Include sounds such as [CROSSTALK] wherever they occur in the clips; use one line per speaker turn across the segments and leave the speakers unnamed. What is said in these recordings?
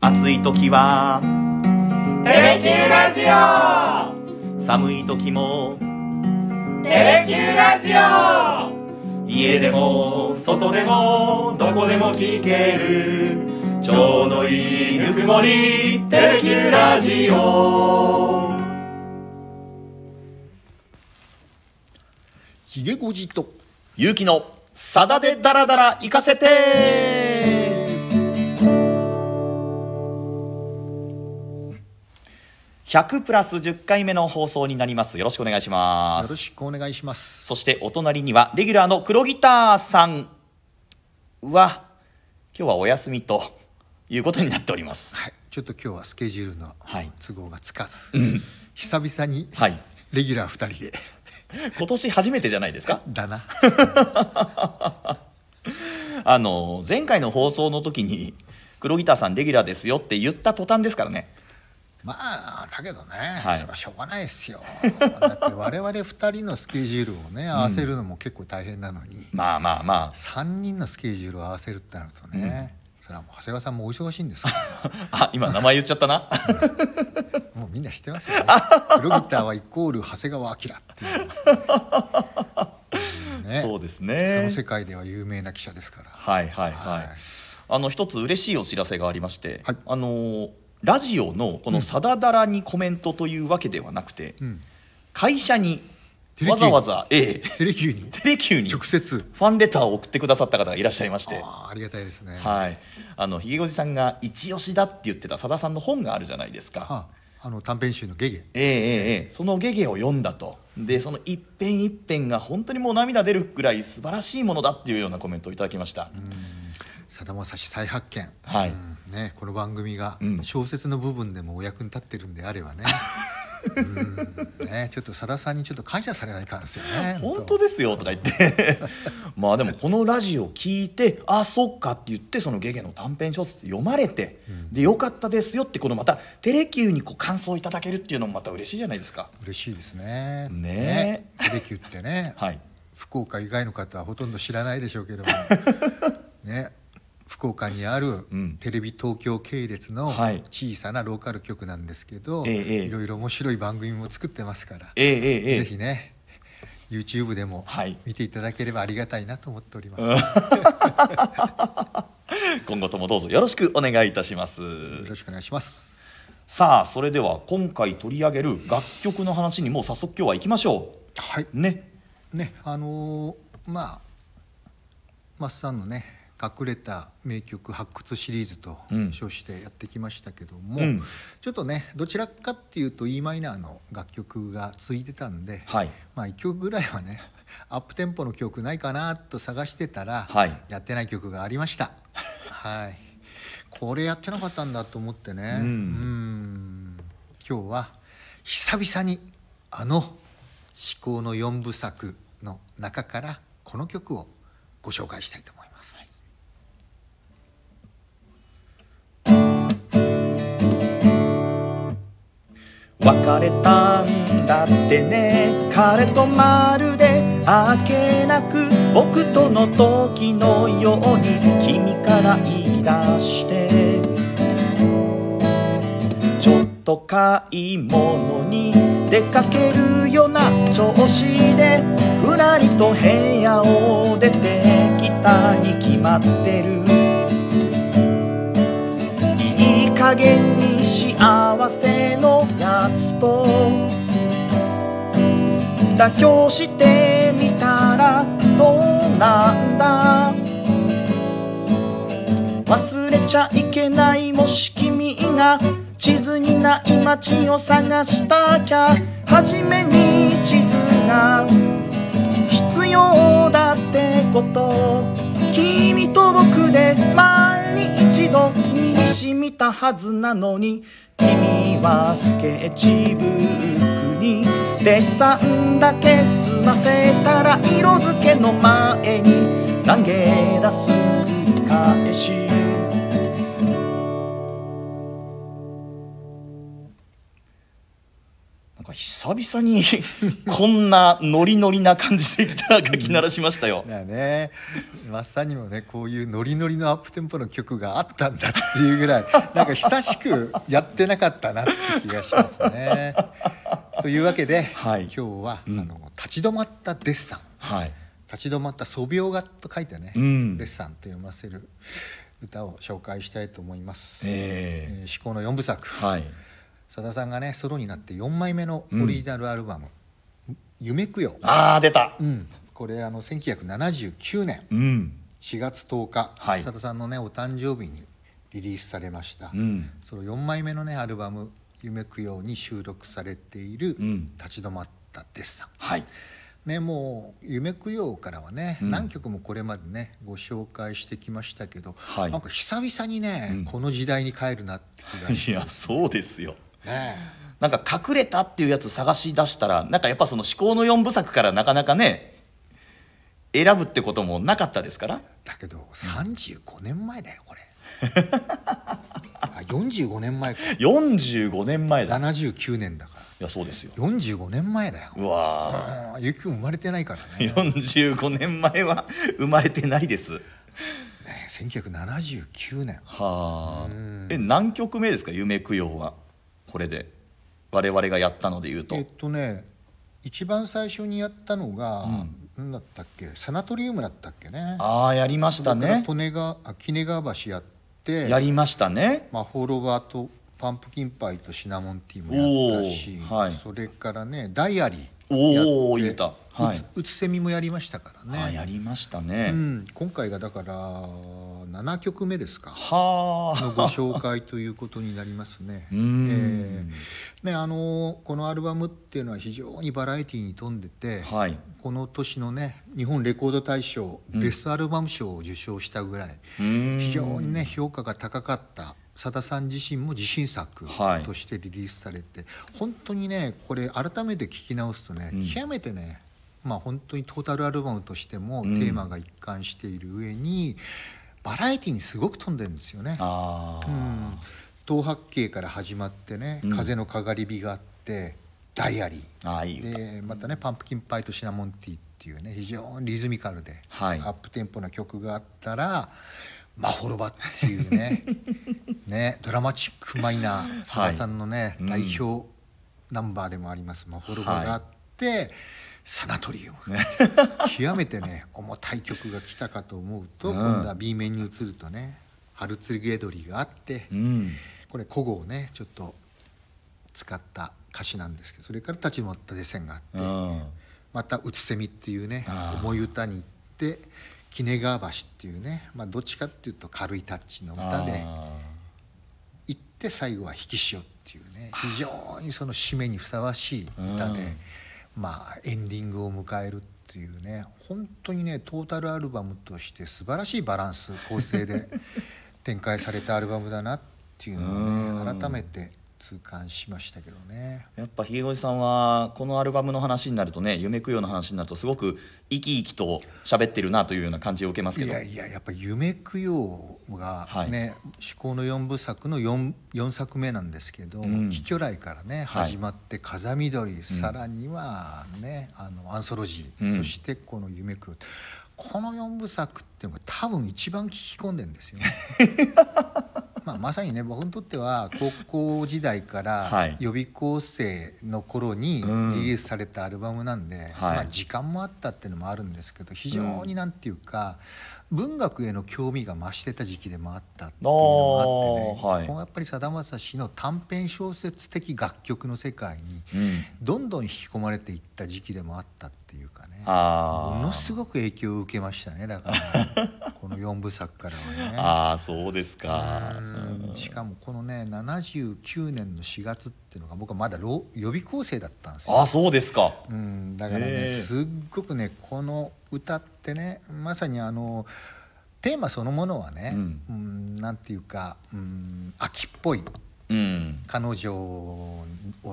暑い時は
テレキューラジオ
寒い時も
テレキューラジオ
家でも外でもどこでも聞けるちょうどいいぬくもりテレキューラジオ
ひげごじと
ゆうきのさだでダラダラ行かせて100プラス10回目の放送になりますよろしくお願いしま
よ
す
ろしくお願いします
そしてお隣にはレギュラーの黒ギターさんは今日はお休みということになっております。
はいちょっと今日はスケジュールの
はい
都合がつかず、久々に
はい。
レギュラー2人で
[LAUGHS] 今年初めてじゃないですか。
だな
あの前回の放送の時に黒ギターさんレギュラーですよって言った途端ですからね。
まあだけどね、
はい
それはしょうがないですよだって我々2人のスケジュールをね合わせるのも結構大変なのに、
まあまあま
3人のスケジュールを合わせるってなるとね、それはもう長谷川さんもお忙しいんですから
あ。あ今名前言っちゃったな。 [LAUGHS]
もうみんな知ってますよねプロギターはイコール長谷川明っていうです
[LAUGHS]
ねね
そうです
そ
ね
の。世界では有名な記者ですから
はいはいはい。
はい
あの一つ嬉しいお知らせがありまして、
はい
あのーラジオのこのさだだらにコメントというわけではなくて、
ん
会社に
テレ
わ
キュー
ざわざええ [LAUGHS]
テレキューに
テレキューに
直
フ
接
ァンレターを送ってくださった方がいらっしゃいまして。
あーありがたいですね、
はい、あのひげごじさんが一押しだって言ってたさださんの本があるじゃないですか、
ああの短編集の「ゲゲ
ええええええそのゲゲを読んだとでその一編一編が本当にもう涙出るぐらい素晴らしいものだっていうようなコメントをいただきました、」
さだまさし再発見、
はい
うんね、この番組が
うん
小説の部分でもお役に立ってるんであれ
[LAUGHS]
ばねうんねちょっとさださんにちょっと感謝されないかんですよね
[LAUGHS] 本当ですよとか言って [LAUGHS] まあでもこのラジオ聞いてあそっかって言ってそのゲゲの短編小説読まれて、でよかったですよってこのまたテレキューにこう感想をいただけるっていうのもまた嬉しいじゃないですか
嬉しいですね
ね
テレキューってね、
はい
福岡以外の方はほとんど知らないでしょうけ
[LAUGHS]
どもね福岡にある
うん
テレビ東京系列の
はい
小さなローカル局なんですけど、
ええええ
いろいろ面白い番組も作ってますから、
えええええ
ぜ
え
ひね YouTube でも
はい
見ていただければありがたいなと思っております、
今後ともどうぞよろしくお願いいたします
よろしくお願いします
さあそれでは今回取り上げる楽曲の話にもう早速今日は行きましょ
はい、
うね
ねあのーまあマスさんのね隠れた名曲発掘シリーズと
うん
称してやってきましたけども、
うん
ちょっとねどちらかっていうと e マイナーの楽曲がついてたんで、
はい
まあ1曲ぐらいはねアップテンポの曲ないかなと探してたら、
はい
やってない曲がありました。はいこれやってなかったんだと思ってね、
うん
うん今日は久々にあの思考の4部作の中からこの曲をご紹介したいと思います、
別れたんだってね彼とまるであけなく僕との時のように君から言い出してちょっと買い物に出かけるような調子でふらりと部屋を出てきたに決まってるいい加減に幸せのやつと妥協してみたらどうなんだ忘れちゃいけないもし君が地図にない街を探したきゃ初めに地図が必要だってこと君と僕で前に一度身に染みたはずなのに君はスケッチブックにデッサンだけ済ませたら色付けの前に投げ出す繰り返しなんか久々に [LAUGHS] こんなノリノリな感じでギターかき鳴らしましたよ。
だねまさにもねこういうノリノリのアップテンポの曲があったんだっていうぐらいなんか久しくやってなかったなって気がしますね。というわけで、
はい
今日は、
ん
あの立ち止まったデッサン
はい。
立ち止まった素描画と書いてね、
うん
デッサンと読ませる歌を紹介したいと思います。え
え
ー至高の4部作、
ーはい。
さださんがねソロになって4枚目のオリジナルアルバム「夢供養」
ああ出た
う。ん、これあの1979年
うん。
4月10日、
はい
さださんのねお誕生日にリリースされました、
うん。
その4枚目のねアルバム「夢供養」に収録されている
うん
「立ち止まったデッサン」
はい。
ね、もう「夢供養」からはね、
うん
何曲もこれまでねご紹介してきましたけど、
はい
なんか久々にね、
うん
この時代に帰るなって気がし
いやそうですよ。
てね。
なんか隠れたっていうやつ探し出したらなんかやっぱその至高の4部作からなかなかね選ぶってこともなかったですから
だけど35年前だよこれあ45年前か
45年前だい
79年だか
やそうですよ
ら45年前だよ
うわ
あーゆきくん生まれてないから
ー
ねね
45年前は [LAUGHS] 生まれてないです
1979年
はあえ何曲目ですか夢供養はこれで我々がやったので言うと
えっとね一番最初にやったのが、
ん
なんだったっけサナトリウムだったっけね
ああやりました
だから
ね
利根川あ鬼根川橋やって
やりましたね
まあ、フォロワーとパンプキンパイとシナモンティーもやったし、
おーはい
それからねダイアリー
おー
やっ
言えたはいう
つうつせみもやりましたからね
あーやりましたね、
うん、今回がだから7曲目ですか
は
の
あ
ご紹介ということになりますね。
[LAUGHS] う
え
ーん
ーねあのこのアルバムっていうのは非常にバラエティに富んでて、
はい
この年のね日本レコード大賞ベストアルバム賞を受賞したぐらい、
うーん
非常にね評価が高かったさださん自身も自信作
はい
としてリリースされて、本当にねこれ改めて聞き直すとね、
うん
極めてねまあ本当にトータルアルバムとしてもテ
うん
ーマが一貫している上に、バラエティにすごく飛んでるんですよね。
ああ、
うん東八景から始まってね
うん
「風のかがり火」があって「ダイアリー」
ああいい歌
でまたね「パンプキンパイとシナモンティー」っていうね非常にリズミカルで、
はい
アップテンポな曲があったら「マホロバ」っていうね
[LAUGHS]
ねドラマチックマイナーさださんのね、
うん
代表ナンバーでもあります「マホロバ」があって。サナトリウム、 [LAUGHS] 極めてね重たい曲が来たかと思うと、
うん
今度は B 面に移るとね「春釣りゲドリがあって、
うん、
これ古語をねちょっと使った歌詞なんですけどそれから立ち止まった出線があって、
うん、
また「うつせみ」っていうね
あー
重い歌に行って「杵川橋」っていうね、まあ、どっちかっていうと軽いタッチの歌で
あ
行って最後は「引き潮」っていうね非常にその締めにふさわしい歌で、
うん
まあエンディングを迎えるっていうね本当にねトータルアルバムとして素晴らしいバランス構
[LAUGHS]
成で展開されたアルバムだなっていうのを
うん
ね改めて痛感しましたけどね。
ーやっぱひげおじさんはこのアルバムの話になるとね夢供養の話になるとすごく生き生きと喋ってるなというような感じを受けますけ
い
ど
やいややっぱ「夢供養」がね、至高の4部作の 4, 四作目なんですけど「
ん
貴巨来」からね
はい
始まって「風緑」さらにはねあのアンソロジー、
うん
そしてこの「夢供養」この4部作っていうのが多分一番聞き込んでんですよね。
[LAUGHS]
まあ、まさにね僕にとっては高校時代か
は
ら
い
予備校生の頃にリ
うん
リースされたアルバムなんで、
はい
まあ、時間もあったっていうのもあるんですけど非常になんていうか、文学への興味が増してた時期でもあったっていうのもあってね、
あーはい
こうやっぱりさだまさしの短編小説的楽曲の世界に
うん、
どんどん引き込まれていった時期でもあったっていうかね
あー
ものすごく影響を受けましたね
[LAUGHS]
だから、この4部作からはね。
ああそうですか
うんしかもこのね79年の4月っていうのが僕はまだ老予備校生だったんですよ
ああそうですか
うん、だから
へ
ね
え
すっごくねこの歌ってねまさにあのテーマそのものはね、
うん
うんなんていうか、うん、秋っぽい
うん
彼女を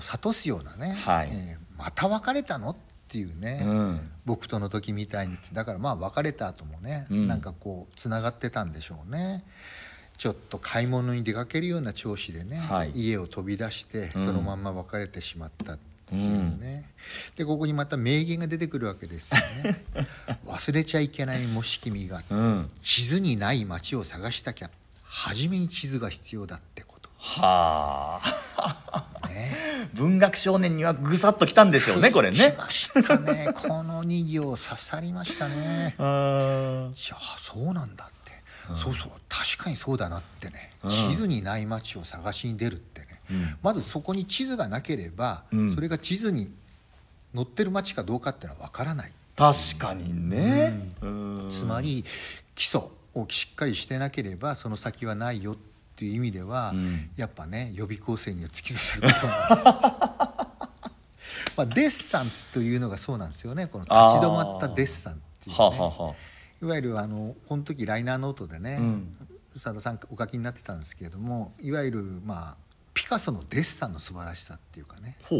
諭すようなね、
はい
えーまた別れたのっていうね、
うん
僕との時みたいにだからまあ別れた後もね、
うん
なんかこうつながってたんでしょうねちょっと買い物に出かけるような調子でね、
はい
家を飛び出して
うん
そのまんま別れてしまったってっていうね、でここにまた名言が出てくるわけです
[LAUGHS]
よね忘れちゃいけないもし君が
うん
地図にない街を探したきゃ初めに地図が必要だってこと
はあ
ね
[LAUGHS] 文学少年にはぐさっときたんでしょう
[LAUGHS]
ねこれ
来
ね
ましたねこの2行刺さりましたね
あー
じゃあそうなんだって、そうそう確かにそうだなってね、地図にない街を探しに出るってね、まずそこに地図がなければ、
うん
それが地図に載ってる街かどうかっていうのは分からない、
確かにねうん
つまり基礎をしっかりしてなければその先はないよっていう意味では、
うん
やっぱね予備校生には突き刺さることなん
[LAUGHS]
ですよまあデッサンというのがそうなんですよねこの立ち止まったデッサンっていうね。
はあはあはい
わゆるあのこの時ライナーノートでね
うん
さだ、さんお書きになってたんですけれどもいわゆる、まあ、ピカソのデッサンの素晴らしさっていうかね
あほう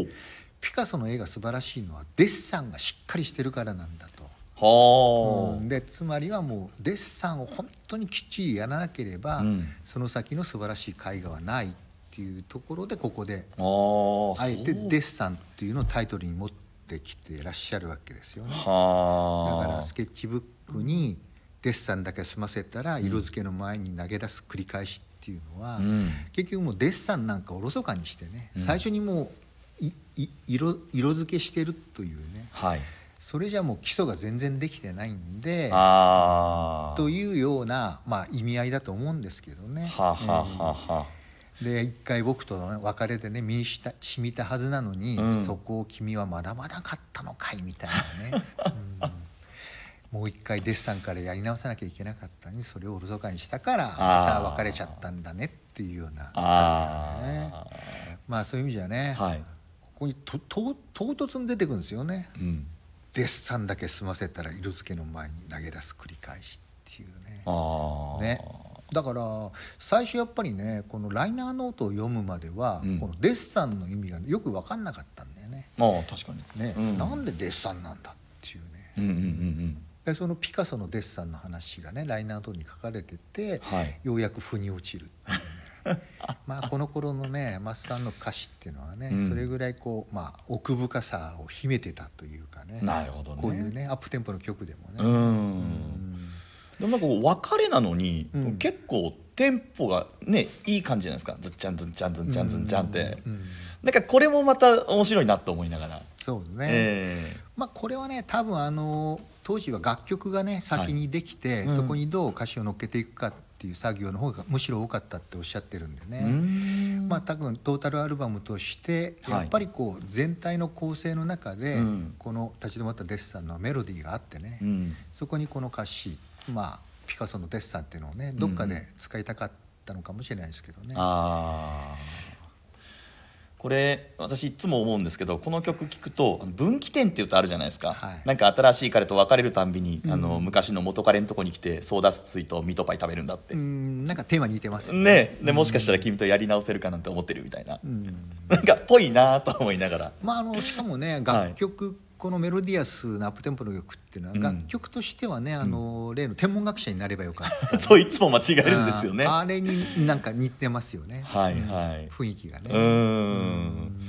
ピカソの絵が素晴らしいのはデッサンがしっかりしてるからなんだと。
はあ、
でつまりはもうデッサンを本当にきっちりやらなければ、
うん
その先の素晴らしい絵画はないっていうところでここで
ああ
あえてデッサンっていうのをタイトルに持ってきてらっしゃるわけですよね。
はあ
だからスケッチブックにデッサンだけ済ませたら色付けの前に投げ出す繰り返しっていうのは、
うん
結局もうデッサンなんかおろそかにしてね、最初にもういい色色付けしてるというね
はい
それじゃもう基礎が全然できてないんで
ああ
というような、まあ、意味合いだと思うんですけどね。
はあはあはあはあ
で一回僕との別れてね身にした染みたはずなのに、
うん
そこを君は学ばなかったのかいみたいなね、うんもう一回デッサンからやり直さなきゃいけなかったのにそれをおろそかにしたから
あー
また別れちゃったんだねっていうような
あ
まあそういう意味じゃね、
あはい
ここにとと唐突に出てくるんですよね、
うん
デッサンだけ済ませたら色付けの前に投げ出す繰り返しっていうね。
ああ
ね、だから最初やっぱりねこのライナーノートを読むまでは、
うん
このデッサンの意味がよく分かんなかったんだよね。
ああ確かに
ね
うん
なんでデッサンなんだっていうね
うんうんうん
でそのピカソのデッサンの話がねライナーノートに書かれてて、
はい
ようやく腑に落ちるっ
[LAUGHS]
ていうねまあこの頃のねマスさんの歌詞っていうのはね、
うん
それぐらいこう、まあ、奥深さを秘めてたというかね
うんなるほどね
こういうねアップテンポの曲でもね、
うんでもなんかこう別れなのに、
うん
結構テンポがねいい感じじゃないですかずっちゃんずんちゃんずんちゃんずんちゃんって、
うん
なんかこれもまた面白いなと思いながら、
そうね、
え
まあ、これはね多分あの当時は楽曲がね先にできて、
うん
そこにどう歌詞を乗っけていくかっていう作業の方がむしろ多かったっておっしゃってるんで
えう
ね、
ん
まあ、多分トータルアルバムとして
はい
やっぱりこう全体の構成の中で、
うん
この立ち止まったデッサンのメロディーがあってね、
うん
そこにこの歌詞、まあ、ピカソのデッサンっていうのをねどっかで使いたかったのかもしれないですけどね。
あーこれ私いつも思うんですけどこの曲聞くとあの分岐点っていうとあるじゃないですか、
はい
なんか新しい彼と別れるたんびに、あの昔の元彼のとこに来てソーダ水とミートパイ食べるんだって、
うんなんかテーマ似てますよ
ねでもしかしたら君とやり直せるかなんて思ってるみたいな、
うん
なんかぽいなと思いながら
まあ、あ
[LAUGHS]
のしかもね楽曲、このメロディアスなアップテンポの曲っていうのは、
うん
楽曲としてはねあの、例の天文学者になればよかった
そういつも間違えるんですよね
あー
は
あれになんか似てますよね
いはい
雰囲気がね
うーん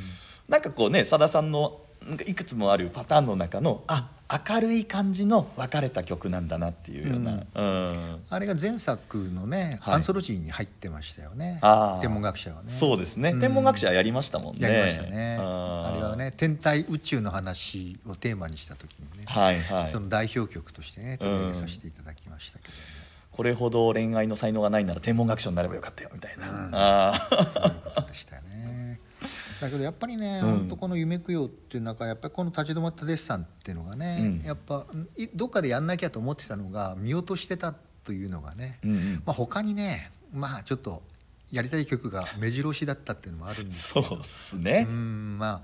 なんかこうねさださんのなんかいくつもあるパターンの中のあ明るい感じの別れた曲なんだなっていうような、うん
あれが前作のね、
はい
アンソロジーに入ってましたよね
あー
天文学者はね
そうですね、天文学者やりましたもんね
やりましたね
うん
あれはね天体宇宙の話をテーマにした時にね、
はいはい
その代表曲としてね取り上げさせていただきましたけどね、
これほど恋愛の才能がないなら天文学者になればよかったよみたいな、あ [LAUGHS] ー
でしたよね。だけどやっぱりね、
うん
本当この夢供養っていう中やっぱりこの立ち止まったデッサンっていうのがね、
うん
やっぱいどっかでやんなきゃと思ってたのが見落としてたというのがね、
うんうん
まあ他にねまあちょっとやりたい曲が目白押しだったっていうのもあるんです
そうっすね
う、んまあ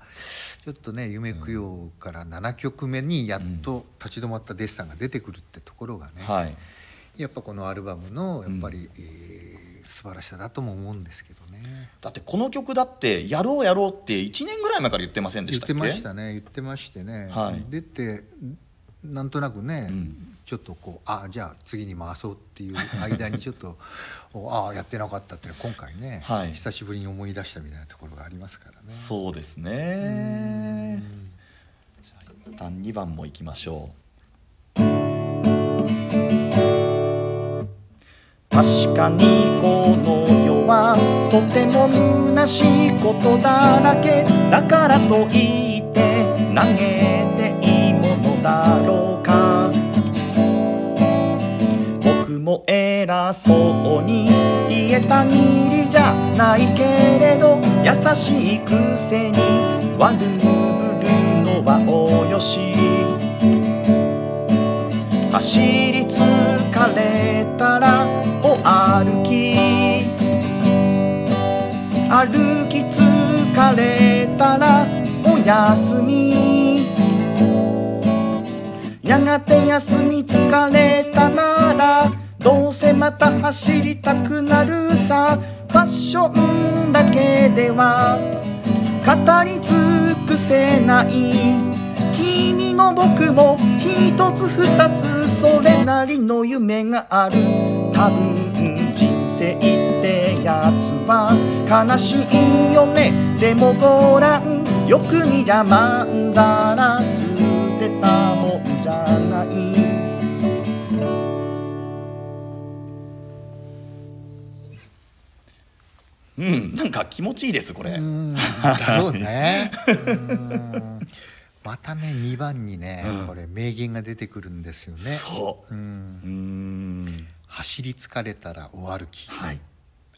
ちょっとね夢供養から7曲目にやっと立ち止まったデッサンが出てくるってところがね、
はい
やっぱこのアルバムのやっぱり、えー素晴らしさだとも思うんですけどね。
だってこの曲だってやろうやろうって1年ぐらい前から言ってませんで
言
し
っ
たっけ
てましたね言ってましてね、
はい
出てなんとなくね、
うん
ちょっとこうあじゃあ次に回そうっていう間にちょっと [LAUGHS] おああやってなかったっていうのは今回ね、
はい [LAUGHS]
久しぶりに思い出したみたいなところがありますからね。
そうですねじゃあ一旦2番も行きましょう確かにこの世はとても虚しいことだらけだからといって投げていいものだろうか僕も偉そうに言えたぎりじゃないけれど優しいくせに悪ぶるのはおよし走り疲れたらお歩き歩き疲れたらおやすみやがて休み疲れたならどうせまた走りたくなるさファッションだけでは語り尽くせない君も僕も一つ二つそれなりの夢がある多分人生ってやつは悲しいよねでもごらんよく見りゃまんざら捨てたもんじゃないうん、なんか気持ちいいですこれ、
うんだろうね。うんまたね2番にね、
うん
これ名言が出てくるんですよね。
そう
うん
うーん
走り疲れたらお歩き、
はい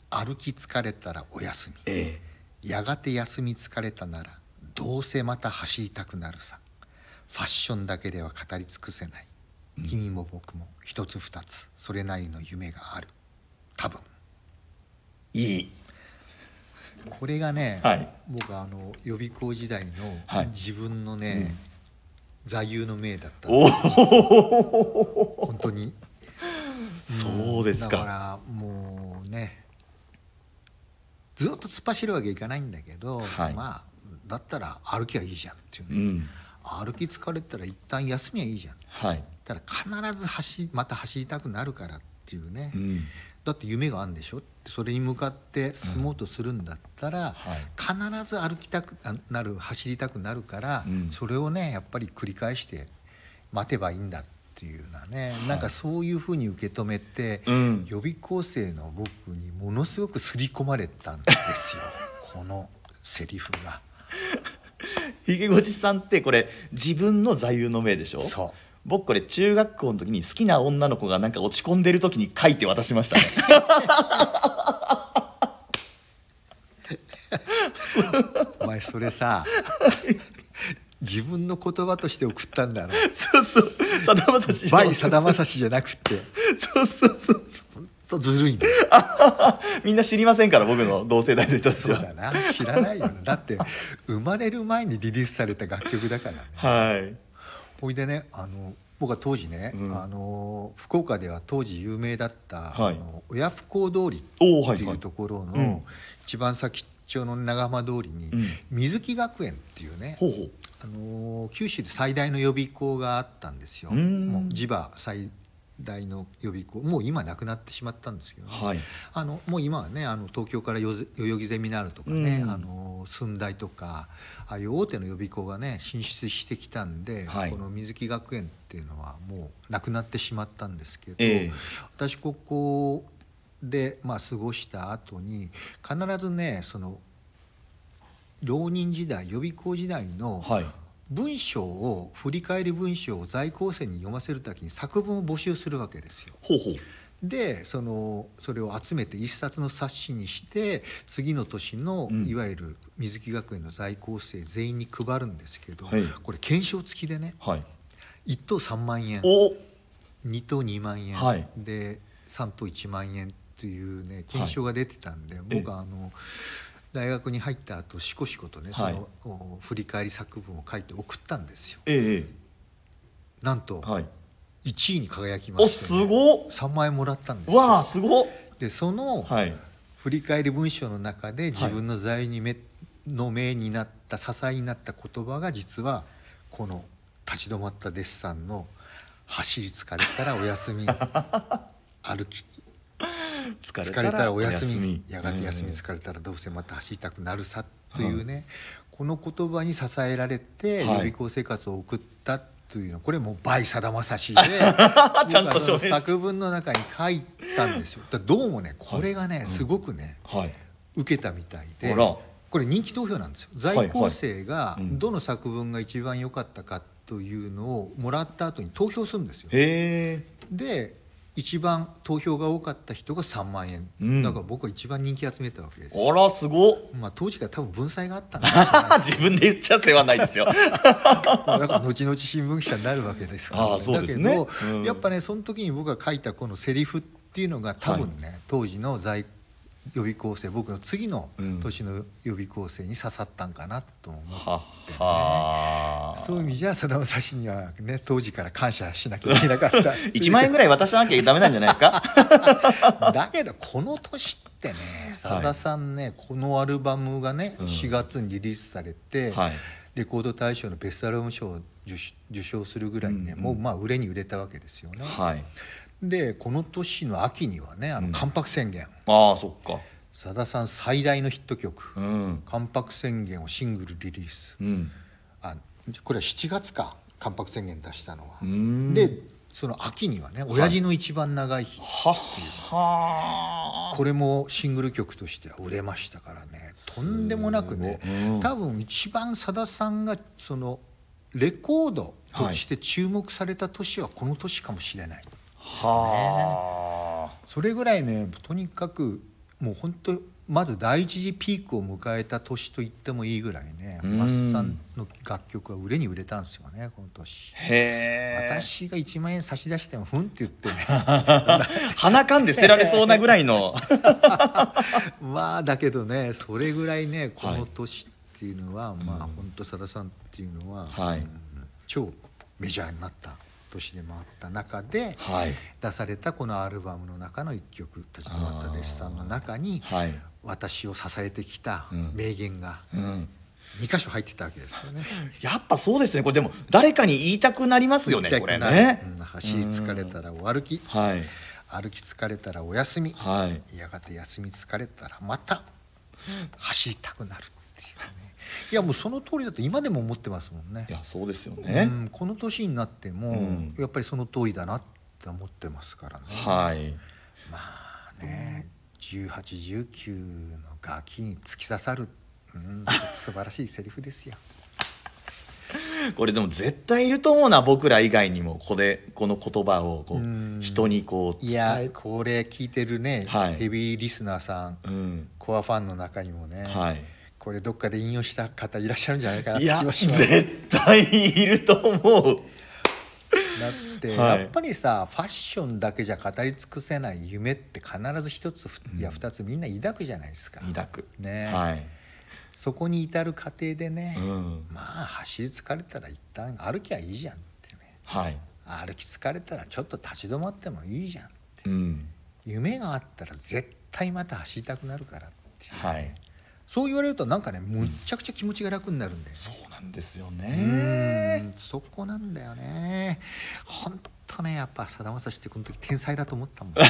歩き疲れたらお休み、
え
やがて休み疲れたならどうせまた走りたくなるさファッションだけでは語り尽くせない君も僕も一つ二つそれなりの夢がある多分
えいい
これがね、
はい
僕あの予備校時代の
はい
自分のね、座右の銘だった
お
本当に
そうです
だか
から
もうねずっと突っ走るわけいかないんだけど、
はい
まあだったら歩きゃいいじゃんっていう
う
ね、
ん
歩き疲れたら一旦休みはいいじゃん
はい
ただ必ず走また走りたくなるからっていうね、
うん
だって夢があるんでしょってそれに向かって進もうとするんだったら、必ず歩きたくあなる走りたくなるから、
うん
それをねやっぱり繰り返して待てばいいんだっていうようなね、なんかそういうふうに受け止めて、
うん
予備校生の僕にものすごく刷り込まれた
[LAUGHS]
んですよこのセリフが。
ひげごじさんってこれ自分の座右の銘でしょ
そう
僕これ中学校の時に好きな女の子がなんか落ち込んでる時に書いて渡しましたね
お前そ
[LAUGHS]
れさ自分の言葉として送ったんだろ
[LAUGHS] そうそうさだまさし
バイさだまさしじゃなくて
そうそうそう [LAUGHS] そう
ほんとずるいね
[LAUGHS] みんな知りませんから僕の同世代の人たち
そう
は
だな知らないよなだって生まれる前にリリースされた楽曲だからね
はい
ほいでねあの僕は当時ね、
うん
あの福岡では当時有名だった、
はい
あの親不孝通り
おーはいはい
っていうところの、
うん
一番先っちょの長浜通りに、
うん
水木学園っていうね、
ほうほう
あの九州で最大の予備校があったんですよ。
うん
もう地場最大の予備校もう今なくなってしまったんですけどね、
はい
あのもう今はねあの東京からよぜ代々木ゼミナールとかね、
うん
あの寸大とかああいう大手の予備校がね進出してきたんで、
はい
この水木学園っていうのはもうなくなってしまったんですけど、
ええ
私ここで、まあ、過ごした後に必ずねその浪人時代予備校時代の、
はい
文章を振り返り文章を在校生に読ませるときに作文を募集するわけですよ。
ほうほう
でそのそれを集めて一冊の冊子にして次の年の
うん
いわゆる水木学園の在校生全員に配るんですけど、
はい
これ検証付きでね
はい
1等3万円
お
2等2万円、
はい
で3等1万円というね検証が出てたんで、
ええ
僕はあの大学に入った後しこしことねそ
はい
の、お振り返り作文を書いて送ったんですよ。
ええ
なんと、
はい
1位に輝きま
お
して
す
ね、
ご
3万円もらったんです
っわあ
よ
すごっ
でその
はい
振り返り文章の中で自分の財にめ、の命になった支えになった言葉が実はこの立ち止まったデッ
[LAUGHS]
サンの「走り疲れたらお休み歩き
疲
疲れたらお休みやがて
うん
休み疲れたらどうせまた走りたくなるさというね、この言葉に支えられて予
はい
備校生活を送ったというのこれもう「倍さだまさし」で
[LAUGHS] ちゃん
僕は
と証明して
その作文の中に書いたんですよ。だからどうもねこれがね、すごくね
はい
受けたみたいで
あら
これ人気投票なんですよ。在校生が
うん
どの作文が一番良かったかというのをもらった後に投票するんですよ。
へえ
で一番投票が多かった人が3万円、
うん
だから僕は一番人気集めたわけです
あらすごっ [LAUGHS]
まあ当時から多分文才があったんですよだ
自分で言っちゃ世話ないですよ [LAUGHS]
から後々新聞記者になるわけですから、
ああそう
だ
で
け
すね
ど、
うん
やっぱねその時に僕が書いたこのセリフっていうのが多分ね、当時の在予備校生僕の次の年の予備校生に刺さったんかなと思う、
はは
そういう意味じゃさだまさしにはね当時から感謝しなきゃいけなか
[LAUGHS]
った
1万円ぐらい渡さなきゃダメなんじゃないですか
だけどこの年ってねさださんね、このアルバムがね4月にリリースされて、
はい
レコード大賞のベストアルバム賞を受賞受賞するぐらいね、もうまあ売れに売れたわけですよね。
[LAUGHS] はい
でこの年の秋にはね「あの関白宣言
ああそっか」
さ、ださん最大のヒット曲「
うん
関白宣言」をシングルリリース。
うん
あこれは7月か関白宣言出したのは。
ん
でその秋にはね「親父の一番長い日」
はは
これもシングル曲としては売れましたからねとんでもなくね、多分一番さださんがそのレコードとして注目された年はこの年かもしれない、
は
それぐらいねとにかくもう本当まず第一次ピークを迎えた年と言ってもいいぐらいね
うん
マスさんの楽曲は売れに売れたんですよねこの年。
へえ
私が1万円差し出してもふんって言ってね
鼻かんで捨てられそうなぐらい [LAUGHS] の
まあだけどねそれぐらいねこの年っていうのは、まあ本当さださんっていうのは、
はい
うん超メジャーになった年でもあった中で、
はい
出されたこのアルバムの中の一曲「立ち止まった弟子さん」の中に、
はい
私を支えてきた
ん
名言が
うん
2箇所入ってたわけですよね。
やっぱそうですねこれでも誰かに言いたくなりますよねこれね
うん走り疲れたらお歩き、
はい
歩き疲れたらお休み、
はい
やがて休み疲れたらまた走りたくなるっていうねいやもうその通りだと今でも思ってますもんね
いやそうですよね
うん、この年になっても、
ん
やっぱりその通りだなって思ってますからね
はい
ね1819のガキに突き刺さる、うん、素晴らしいセリフです
[LAUGHS]
よ
これでも絶対いると思うな僕ら以外にもこれこの言葉をこう人にこう
い
伝
や
え
これ聞いてるね、
はい
ヘビーリスナーさん、
うん
コアファンの中にもね、
はい
これどっかで引用した方いらっしゃるんじゃないかなっ
い
て
や
気はします
絶対いると思う
だって、
はい
やっぱりさファッションだけじゃ語り尽くせない夢って必ず一つふいや二つみんな抱くじゃないですか、
抱く
ね
はい
そこに至る過程でね、
うん
まあ走り疲れたら一旦歩きゃいいじゃんってね
はい
歩き疲れたらちょっと立ち止まってもいいじゃんって
うん
夢があったら絶対また走りたくなるからっていう
はい
そう言われるとなんかねむっちゃくちゃ気持ちが楽になるんだよね
そうなんですよ
う
ね
んそこなんだよね本当ねやっぱさだまさしってこの時天才だと思ったもん、ね、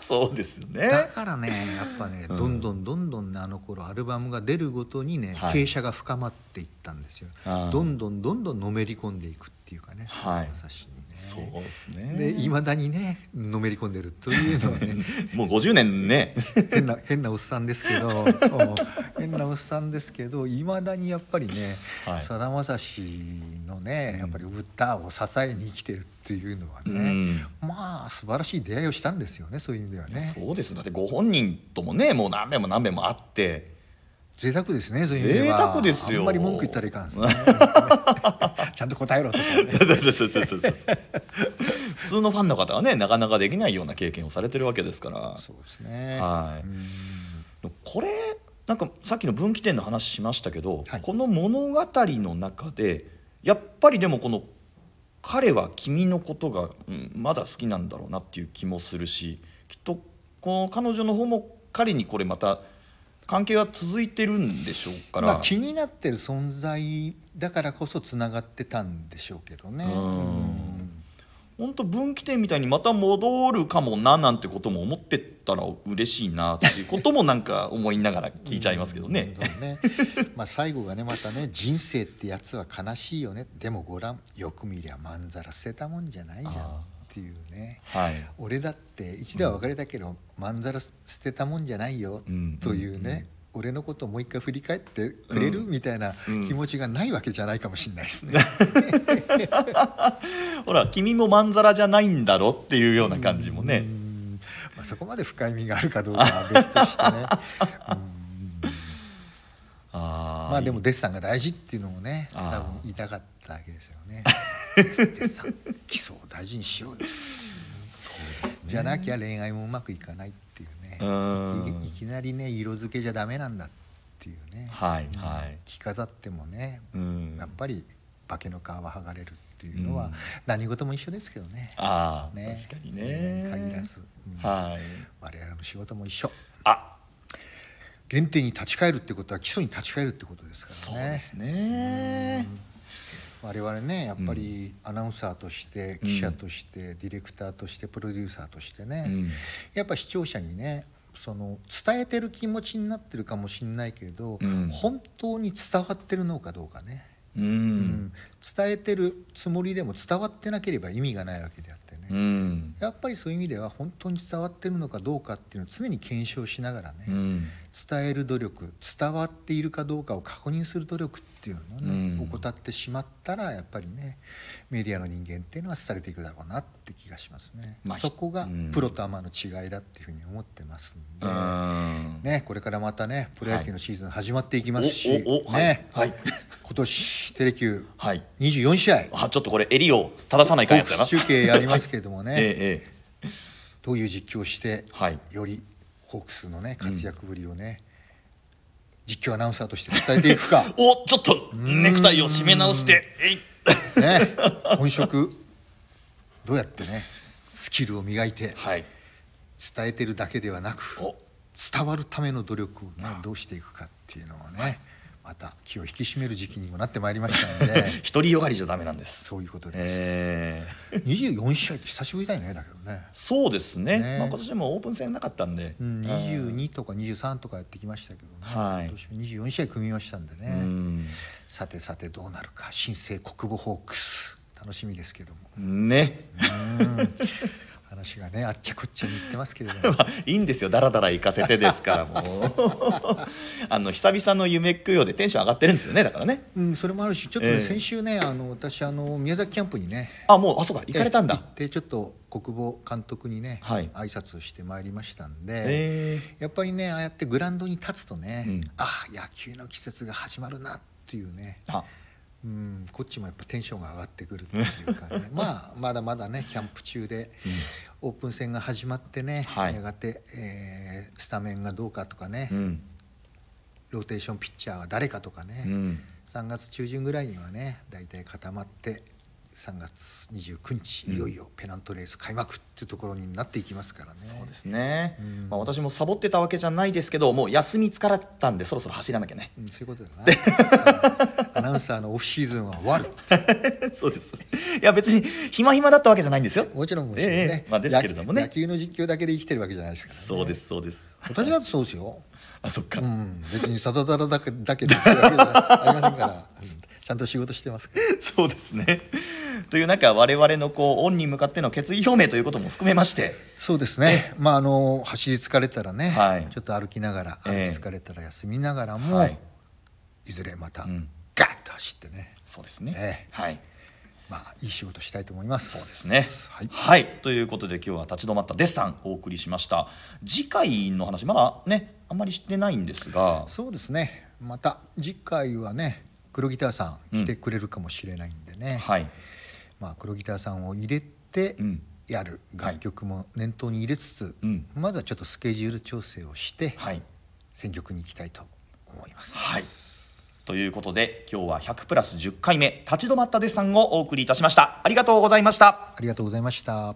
そうですよね
だからねやっぱね、どんどんどんどんねあの頃アルバムが出るごとにね、
はい
傾斜が深まっていったんですよ
あー
どんどんどんどんのめり込んでいくっていうかねさ
はい
だまさしにね
そうですね
でいまだにねのめり込んでるというのはね
もう50年ね
[LAUGHS] 変な変なおっさんですけどう
[LAUGHS]
ん変なおっさんですけどいまだにやっぱりね
はい
さだまさしのねやっぱり歌を支えに生きてるっていうのはね、まあ素晴らしい出会いをしたんですよねそういう意味ではね
そうですだってご本人ともねもう何遍も何遍も会って
贅沢ですねそういう意味では
贅沢ですよ
あんまり文句言ったらいかんです
[LAUGHS]
ねちゃんと答えろとかね
そうそうそうそうそうそう普通のファンの方はねなかなかできないような経験をされてるわけですから
そうですね
はいこれなんかさっきの分岐点の話しましたけど、
はい
この物語の中でやっぱりでもこの彼は君のことが、うんまだ好きなんだろうなっていう気もするしきっとこの彼女の方も彼にこれまた関係は続いてるんでしょうから、
まあ、気になってる存在だからこそつながってたんでしょうけどね
うん本当分岐点みたいにまた戻るかもななんてことも思ってたら嬉しいなっていうこともなんか思いながら聞いちゃいますけどね。
どんどんねまあ最後がねまたね人生ってやつは悲しいよねでもご覧よく見りゃまんざら捨てたもんじゃないじゃん
あー
っていうね
はい、
俺だって一度は別れたけど、まんざら捨てたもんじゃないよ
うん
というね、俺のことをもう一回振り返ってくれる、
うん
みたいな
うん
気持ちがないわけじゃないかもしれない
[LAUGHS]
ですね。
ほら君もまんざらじゃないんだろっていうような感じもね。
うんまあ、そこまで深い意味があるかどうかは別としてね。うん
あー
まあでもデッサンが大事っていうのもね多
あー
分言いたかったわけですよね。デッサン基礎を大事にしようよ。じゃなきゃ恋愛もうまくいかないっていうね
うん
いきいきなりね色付けじゃダメなんだっていうね、
はいはい。
着飾ってもね、
うん
やっぱり化けの皮は剥がれるっていうの
う
は
ん
何事も一緒ですけどね。
ああ、
ね
確かにね。
限らず、うん
はい。
我々の仕事も一緒
あ
原点に立ち返るってことは基礎に立ち返るってことです
そ
か
う
らね
ですね。
我々ねやっぱりアナウンサーとして、記者としてディレクターとしてプロデューサーとしてね、
うん
やっぱ視聴者にねその伝えてる気持ちになってるかもしれないけど、
うん
本当に伝わってるのかどうかね、
う
うん
ん。
伝えてるつもりでも伝わってなければ意味がないわけであってね、
うん。
やっぱりそういう意味では本当に伝わってるのかどうかっていうのを常に検証しながらね、
うん。
伝える努力伝わっているかどうかを確認する努力っていうのをね、
うん
怠ってしまったらやっぱりねメディアの人間っていうのは廃れていくだろうなって気がしますね、
まあ
そこが
うん
プロとアマの違いだっていうふうに思ってますんで、
うん
ね、これからまたねプロ野球のシーズン始まっていきますし、
おおお
ね
はいはい
今年テレキュ
はい。
24試合
あ、ちょっとこれ襟を正さないかん
報
やつやな。
復中継やりますけれどもね、
[LAUGHS] ええええ。
どういう実況をして、
はい
よりホークスのね活躍ぶりをね、実況アナウンサーとして伝えていく
[LAUGHS]
か。
お、ちょっとネクタイを締め直して。えい。
ね、本職どうやってねスキルを磨いて
はい。
伝えてるだけではなく
お
伝わるための努力をねどうしていくかっていうのをねまた気を引き締める時期にもなってまいりました
[LAUGHS]
ので
独りよがりじゃダメなんです。
そういうことです、
ええ。
24試合って久しぶりだよねだけどね、
そうですね。
ね
まあ今年もオープン戦なかったんで。
うん、22とか23とかやってきましたけどね、
はい
今年は24試合組みましたんでね、
うん。
さてさてどうなるか新生国母ホークス楽しみですけども
ね。 [LAUGHS]
話がねあっちゃこっちゃに行ってますけれど
[LAUGHS]
も
まあいいんですよだらだら行かせてですからも [LAUGHS] うあの久々の夢供養でテンション上がってるんですよねだからね
うん、それもあるし、ちょっとね、
ええ
先週ね、あの私あの宮崎キャンプにね。
あもうあそうか行かれたん
え
だ
え行ってちょっと国防監督にね、
はい
挨拶をしてまいりましたんで、
え
やっぱりねああやってグラウンドに立つとね、
うん
あ野球の季節が始まるなっていうね
えあ
うんこっちもやっぱテンションが上がってくるっていうか
[LAUGHS]
ねまあまだまだねキャンプ中で、オープン戦が始まってね、
はい
やがて、えースタメンがどうかとかね、
うん
ローテーションピッチャーは誰かとかね、
うん
3月中旬ぐらいにはね大体固まって3月29日いよいよペナントレース開幕っていうところになっていきますからね。
そうですね、まあ、私もサボってたわけじゃないですけどもう休み疲れたんでそろそろ走らなきゃね
うんそういうことだなう
[LAUGHS]
んアナウンサーのオフシーズンは終わる
そうですいや別に暇暇だったわけじゃないんですよ
もちろんもちろんね
え、えまあですけれどもね
野球野球の実況だけで生きてるわけじゃないですから、ね、
そうですそうです
私だってそうですよ、
あそっか、
うん、別にさだだらだけだけで生きてるわけじゃありませんか
[LAUGHS]
ら、うんちゃんと仕事してますから
そうですねという中我々のこうオンに向かっての決意表明ということも含めまして
そうですね、まあ、あの走り疲れたらね、
はい
ちょっと歩きながら歩き
ええ
疲れたら休みながらも、
はい
い、ずれまた、
ん
ガッと走ってね、
そうですね、
ええ
はい
まあ、いい仕事したいと思います。
そうですね。
は
はいい、ということで今日は立ち止まったデッサンお送りしました。次回の話まだねあんまりしてないんですが、
そうですねまた次回はね黒ギターさん来てくれるかもしれないんでね、
はい、
まあ、黒ギターさんを入れて
うん
やる楽曲も念頭に入れつつ、
うん
まずはちょっとスケジュール調整をして、
はい、
選曲に行きたいと思います。
はい。ということで今日は100プラス10回目立ち止まったデッサンをお送りいたしました。ありがとうございました。
ありがとうございました